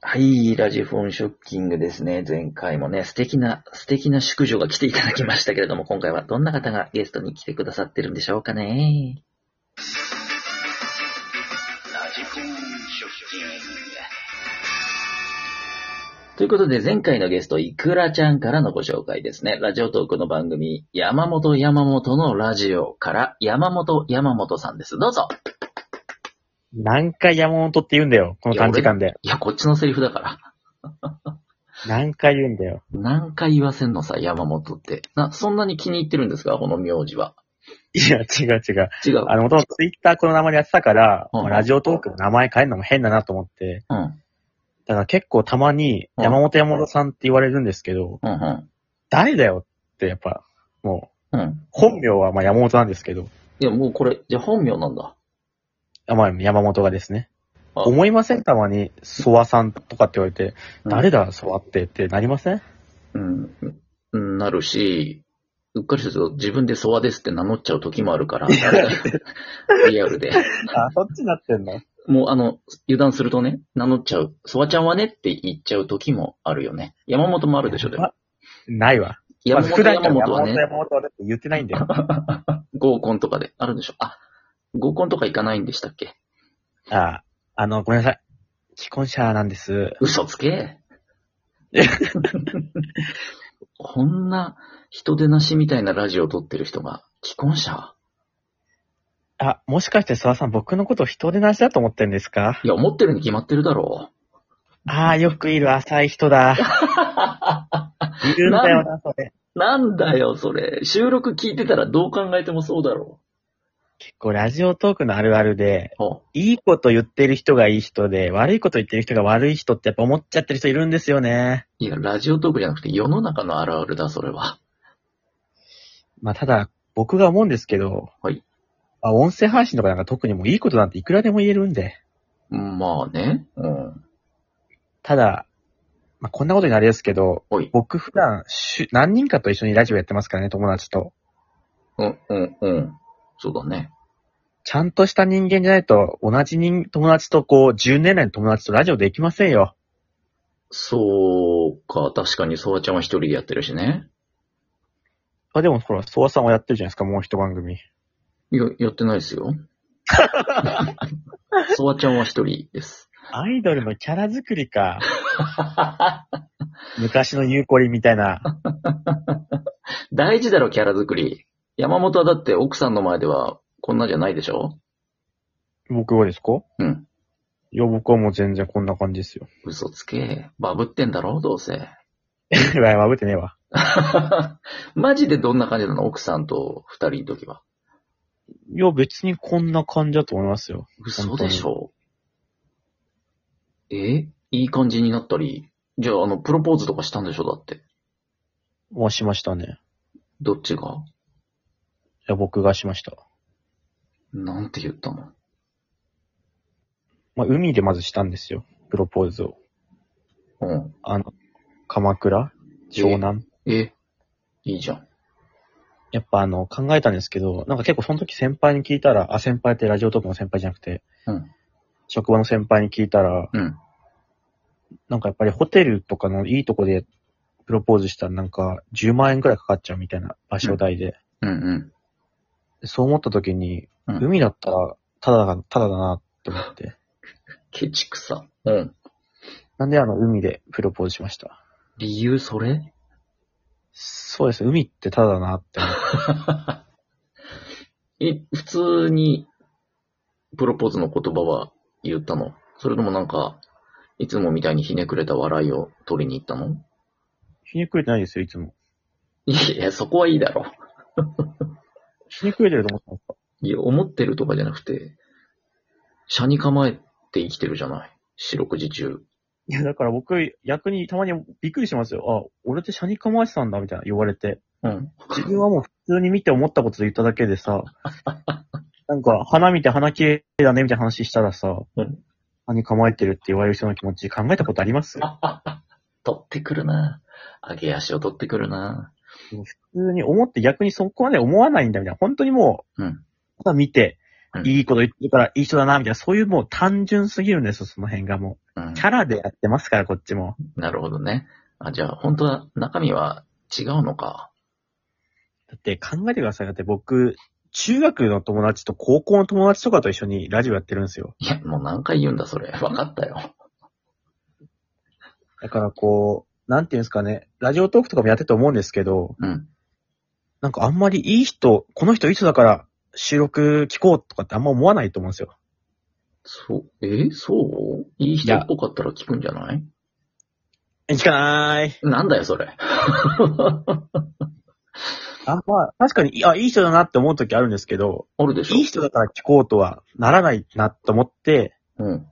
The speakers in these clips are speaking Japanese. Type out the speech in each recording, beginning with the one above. はい、ラジフォンショッキングですね。前回もね、素敵な、素敵な淑女が来ていただきましたけれども、今回はどんな方がゲストに来てくださってるんでしょうかね。ラジコンショッキング。ということで、前回のゲスト、いくらちゃんからのご紹介ですね。ラジオトークの番組、山本山本のラジオから、山本山本さんです。どうぞ。何回山本って言うんだよ、この短時間で。いや、こっちのセリフだから。何回言うんだよ。何回言わせんのさ、山本って。な、そんなに気に入ってるんですかこの名字は。いや、違う違う。違う。あの、もともとツイッターこの名前でやってたから、うんまあラジオトークの名前変えるのも変だなと思って。うん。だから結構たまに、うん山本山本さんって言われるんですけど、うん、う誰だよってやっぱ、もん。うんう、。本名はまあ山本なんですけど、いや、もうこれ、じゃあ本名なんだ。あまあ山本がですね。あ思いませんたまに、ソワさんとかって言われて、誰だだ、ソワってってなりませんうん。うんなるし、うっかりすると自分でソワですって名乗っちゃう時もあるから、 リアルで。あ、そっちになってんのもうあの、油断するとね、名乗っちゃう。ソワちゃんはねって言っちゃう時もあるよね。山本もあるでしょ、でも。ないわ。ま山あ、普本段か山ら山本は本ね、山本はだって言ってないんだよ。合コンとかであるでしょ。あ、合コンとか行かないんでしたっけあ、あの、ごめんなさい。既婚者なんです。嘘つけえ。こんな人でなしみたいなラジオを撮ってる人が既婚者あ、もしかして沢さん、僕のこと人でなしだと思ってるんですかいや、思ってるに決まってるだろああ、よくいる浅い 人だ。いるんだよな、それ。う。なんだよ、それ。収録聞いてたらどう考えてもそうだろ結構、ラジオトークのあるあるで、う。おいいこと言ってる人がいい人で、悪いこと言ってる人が悪い人ってやっぱ思っちゃってる人いるんですよね。いや、ラジオトークじゃなくて世の中のあるあるだ、それは。まあ、ただ、僕が思うんですけど、はい。まあ、音声配信とかなんか特にもういいことなんていくらでも言えるんで、まあね。うん。ただ、まあ、こんなことになりですけど、おい。僕普段、し何人かと一緒にラジオやってますからね、友達と。うん、うん、うん。そうだね。ちゃんとした人間じゃないと、同じ人、友達とこう、10年来の友達とラジオできませんよ。そうか、確かにソワちゃんは一人でやってるしね。あ、でもほら、ソワさんはやってるじゃないですか、もう一番組。いや、やってないです よ。ソワちゃんは一人です。アイドルのキャラ作 りか。昔のゆうこりみたいな。 大事だろ、キャラ作り。山本はだって奥さんの前ではこんなじゃないでしょ僕はですかうん。いや、僕はもう全然こんな感じですよ。 嘘つけ。バブってんだろ、どうせ。 いや、まぶってねえわ。マジでどんな感じなの奥さんと二人の時は。いや、別にこんな感じだと思いますよ。嘘でしょえいい感じになったり。じゃあ、あの、プロポーズとかしたんでしょだって。もうしましたね。どっちがいや、僕がしました。なんて言ったのまあ、海でまずしたんですよ。プロポーズを。うん。あの、鎌倉湘南えいいじゃん。やっぱあの、考えたんですけど、なんか結構その時先輩に聞いたら、あ、先輩ってラジオトークの先輩じゃなくて、うん職場の先輩に聞いたら、うん。なんかやっぱりホテルとかのいいとこでプロポーズしたらなんか10万円くらいかかっちゃうみたいな場所代で。うんうん。そう思った時に、うん海だったら、ただが、ただだなって思って。ケチくさ。うん。なんであの、海でプロポーズしました。理由それそうです、海ってただだなって思って。え、普通に、プロポーズの言葉は言ったのそれともなんか、いつもみたいにひねくれた笑いを取りに行ったのひねくれてないですよ、いつも。いや、そこはいいだろ。ひねくれてると思ったんですかいや、思ってるとかじゃなくて、車に構えて生きてるじゃない。四六時中。いや、だから僕、逆にたまにびっくりしますよ。あ、俺って車に構えてたんだ、みたいな言われて。うん。 自分はもう普通に見て思ったこと言っただけでさ、なんか、花見て花綺麗だね、みたいな話したらさ、うん歯に構えてるって言われる人の気持ち考えたことあります普取ってくるな。上げ足を取ってくるな。通に思って逆にそこまで思わないんだ、みたいな。本当にもう、うんただ見てう、んいいこと言ってるからいい人だな、みたいな。そういうもう単純すぎるんですよ、その辺がもうんキャラでやってますから、こっちも。なるほどね。あ、じゃあ、本当は中身は違うのか。だって考えてください。だって僕、中学の友達と高校の友達とかと一緒にラジオやってるんですよ。いや、もう何回言うんだ、それ。わかったよ。だからこう、なんていうんですかね、ラジオトークとかもやってて思うんですけど、うん。なんかあんまりいい人、この人いい人だから収録聞こうとかってあんま思わないと思うんですよ。そう、えそういい人っぽかったら聞くんじゃないえ聞かなーい。なんだよ、それ。 あ、まあ、確かに、いあ、いい人だなって思う時あるんですけど、あるでしょ。いい人だから聞こうとはならないなと思って、うん。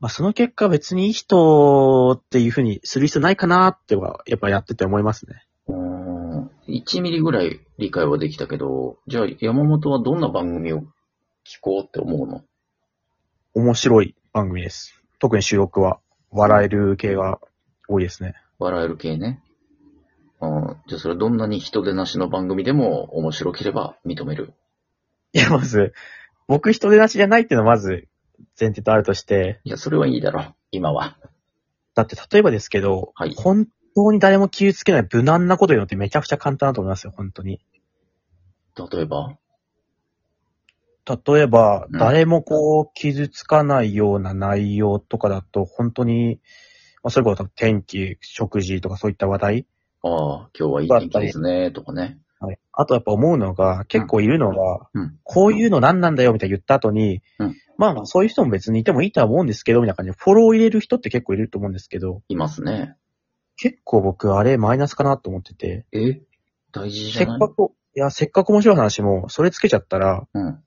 まあその結果別にいい人っていう風にする必要ないかなっては、やっぱやってて思いますね。うーん。1ミリぐらい理解はできたけど、じゃあ、山本はどんな番組を聞こうって思うの面白い番組です。特に収録は、笑える系が多いですね。笑える系ね。うん。じゃあ、それはどんなに人でなしの番組でも面白ければ認める。いや、まず、僕人手なしじゃないっていうのはまず前提とあるとして、いや、それはいいだろ。今は。だって例えばですけど、はい本当に誰も気をつけない無難なこと言うのってめちゃくちゃ簡単だと思いますよ、本当に。例えば例えば、うん誰もこう、傷つかないような内容とかだと、本当に、まあ、それこそ天気、食事とかそういった話題。ああ、今日はいい天気ですね、とかね。はい、あとやっぱ思うのが、結構いるのが、うんこういうの何なんだよみたいな言った後に、うんまあまあそういう人も別にいてもいいとは思うんですけど、みたいな感じでフォローを入れる人って結構いると思うんですけど、いますね。結構僕あれマイナスかなと思ってて、え大事じせゃっないかく、いや、せっかく面白い話も、それつけちゃったら、うん。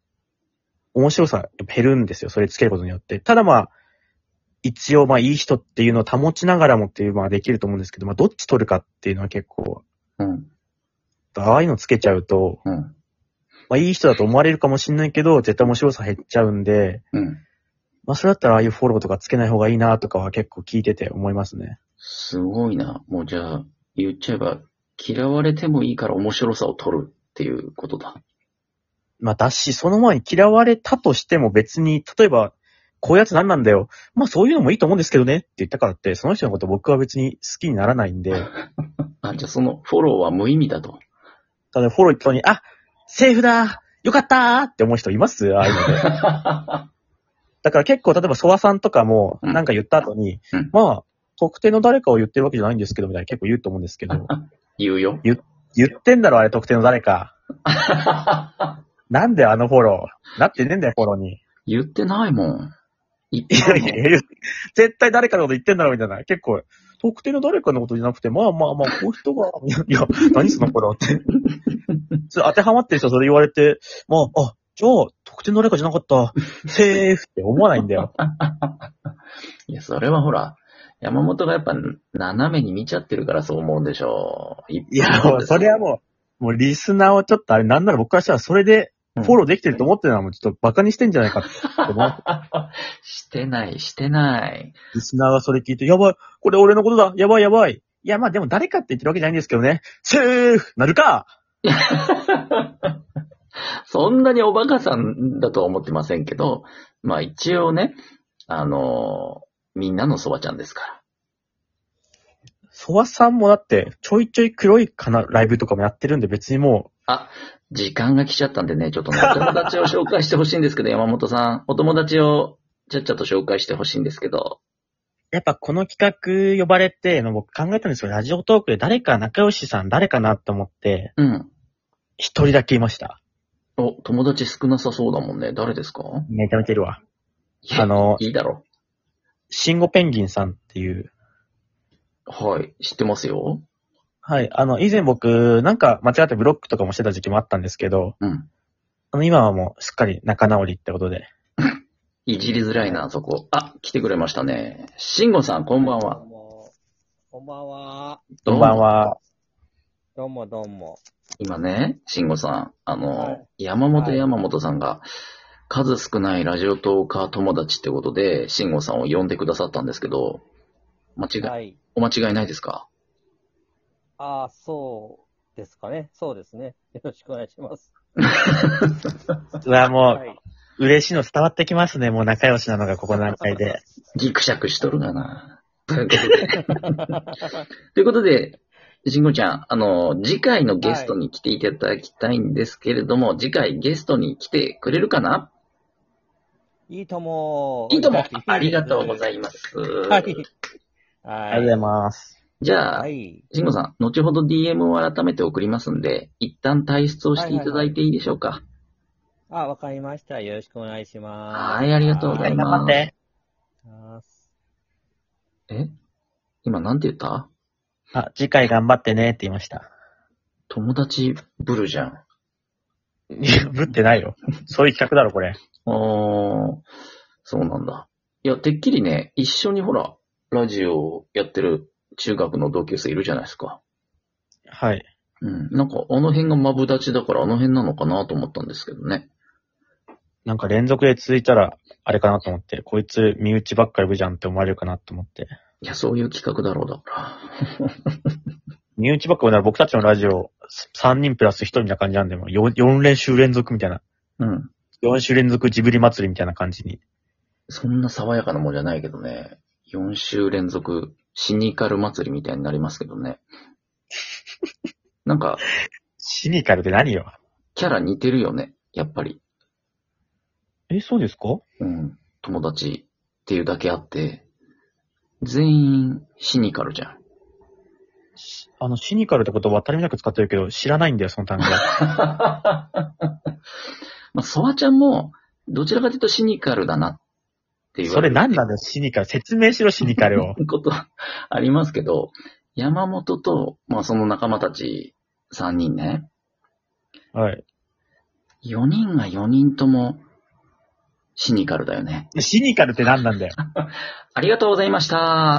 面白さやっぱ減るんですよ、それつけることによって。ただまあ、一応まあいい人っていうのを保ちながらもっていう、まあできると思うんですけど、まあどっち取るかっていうのは結構、うん。ああいうのつけちゃうと、うん。まあいい人だと思われるかもしんないけど、絶対面白さ減っちゃうんで、うん。まあそれだったらああいうフォローとかつけない方がいいなとかは結構聞いてて思いますね。すごいな。もうじゃあ、言っちゃえば、嫌われてもいいから面白さを取るっていうことだ。まあだし、その前に嫌われたとしても別に、例えば、こういうやつ何なんだよ。まあそういうのもいいと思うんですけどねって言ったからって、その人のこと僕は別に好きにならないんで、あ、じゃあそのフォローは無意味 だと。ただフォロー行ったのに、あ、セーフだよかったーって思う人いますああいうので。だから結構、例えば、ソワさんとかも、うんなんか言った後に、うんまあ、特定の誰かを言ってるわけじゃないんですけど、みたいな結構言うと思うんですけど、言う よ。言ってんだろ、あれ特定の誰か。なんであのフォロー。なってねえんだよ、フォローに。言ってないもん。言っいてなやいいもん。やいや、 絶対誰かのこと言ってんだろ、みたいな。結構、特定の誰かのことじゃなくて、まあまあまあ、こういう人が、いや、いや何そのフォローって。それ当てはまってる人、それ言われて、まあ、あ、じゃあ、特定の誰かじゃなかった。セーフって思わないんだよ。 いや、それはほら、山本がやっぱ斜めに見ちゃってるからそう思うんでしょう。いいや、もうそれはもう、もうリスナーをちょっとあれ、なんなら僕からしたらそれでフォローできてると思ってるのはもうちょっとバカにしてんじゃないかって思う。 してない、してない。リスナーがそれ聞いて、やばい、これ俺のことだ、やばいやばい。いや、まあでも誰かって言ってるわけじゃないんですけどね。セーフなるかそんなにおバカさんだとは思ってませんけど、まあ一応ね、あのーみんなのそばちゃんですかソワさんもだって、ちょいちょい黒いかな、ライブとかもやってるんで別にもら。あ、時間が来ちゃったんでね、ちょっとね、 お友達を紹介してほしいんですけど、山本さん、お友達をちゃっちゃと紹介してほしいんですけど、う、やっぱこの企画呼ばれて、の僕考えたんですよ。ラジオトークで誰か仲良しさん誰かなと思って、うん。一人だけいました。お、友達少なさそうだもんね。誰ですかめちゃめちゃいるわ。いやあのいいだろ。シンゴペンギンさんっていう、はい。知ってますよ。はい。あの、以前僕、なんか間違ってブロックとかもしてた時期もあったんですけど、うん。あの、今はもうすっかり仲直りってことで。いじりづらいな、そこ。あ、来てくれましたね。慎吾さん、こんばんはど。うも。こんばんは。こんばんは。は。どうもどうも。今ね、慎吾さん、あの、はい山本はい山本さんが、数少ないラジオトーカー友達ってことで、慎吾さんを呼んでくださったんですけど、間違い、はい。お間違いないですかああ、そうですかね。そうですね。よろしくお願いします。うわ、もはい。う、嬉しいの伝わってきますね。もう仲良しなのがここの段階で。ギクシャクしとるが な。ということで。ということで、しんごちゃん、あの、次回のゲストに来ていただきたいんですけれども、次回ゲストに来てくれるかないいとも。いいとも、ありがとうございますす。あはい。りがとうござはいます。じゃあは、い。慎吾さん、後ほど DM を改めて送りますんで、一旦退出をしていただいていいでしょうか。あ、わかりました。よろしくお願いします。はいありがとうございます頑張って。ます。え今なんて言ったあ、次回頑張ってねって言いました。 友達ぶるじゃん。いや、ぶってないよ。そういう企画だろ、これ。あー、そうなんだ。いや、てっきりね、一緒にほら、ラジオをやってる中学の同級生いるじゃないですか。はい。うん。なんか、あの辺がマブダチだから、あの辺なのかなと思ったんですけどね。なんか連続で続いたら、あれかなと思って、こいつ身内ばっかりぶじゃんって思われるかなと思って。いや、そういう企画だろうだから。身内ばっかりなら僕たちのラジオ、3人プラス1人みたいな感じなんで、もう 4, 4連週連続みたいな。うん。 4週連続ジブリ祭りみたいな感じに。そんな爽やかなもんじゃないけどね。4週連続シニカル祭りみたいになりますけどね。なんか、シニカルって何よキャラ似てるよね。やっぱり。え、そうですかうん。友達っていうだけあって、全員シニカル じゃん。しあの、シニカルってことは当たり前なく使ってるけど、知らないんだよ、その単語。 まあ、ソワちゃんも、どちらかというとシニカルだなって言わそれれる何なんだよ、シニカル。説明しろ、シニカルを。ことはありますけど、山本と、まあ、その仲間たち3人ね、 はい。 4人が4人ともシニカルだよね。シニカルって何なんだよ。ありがとうございました。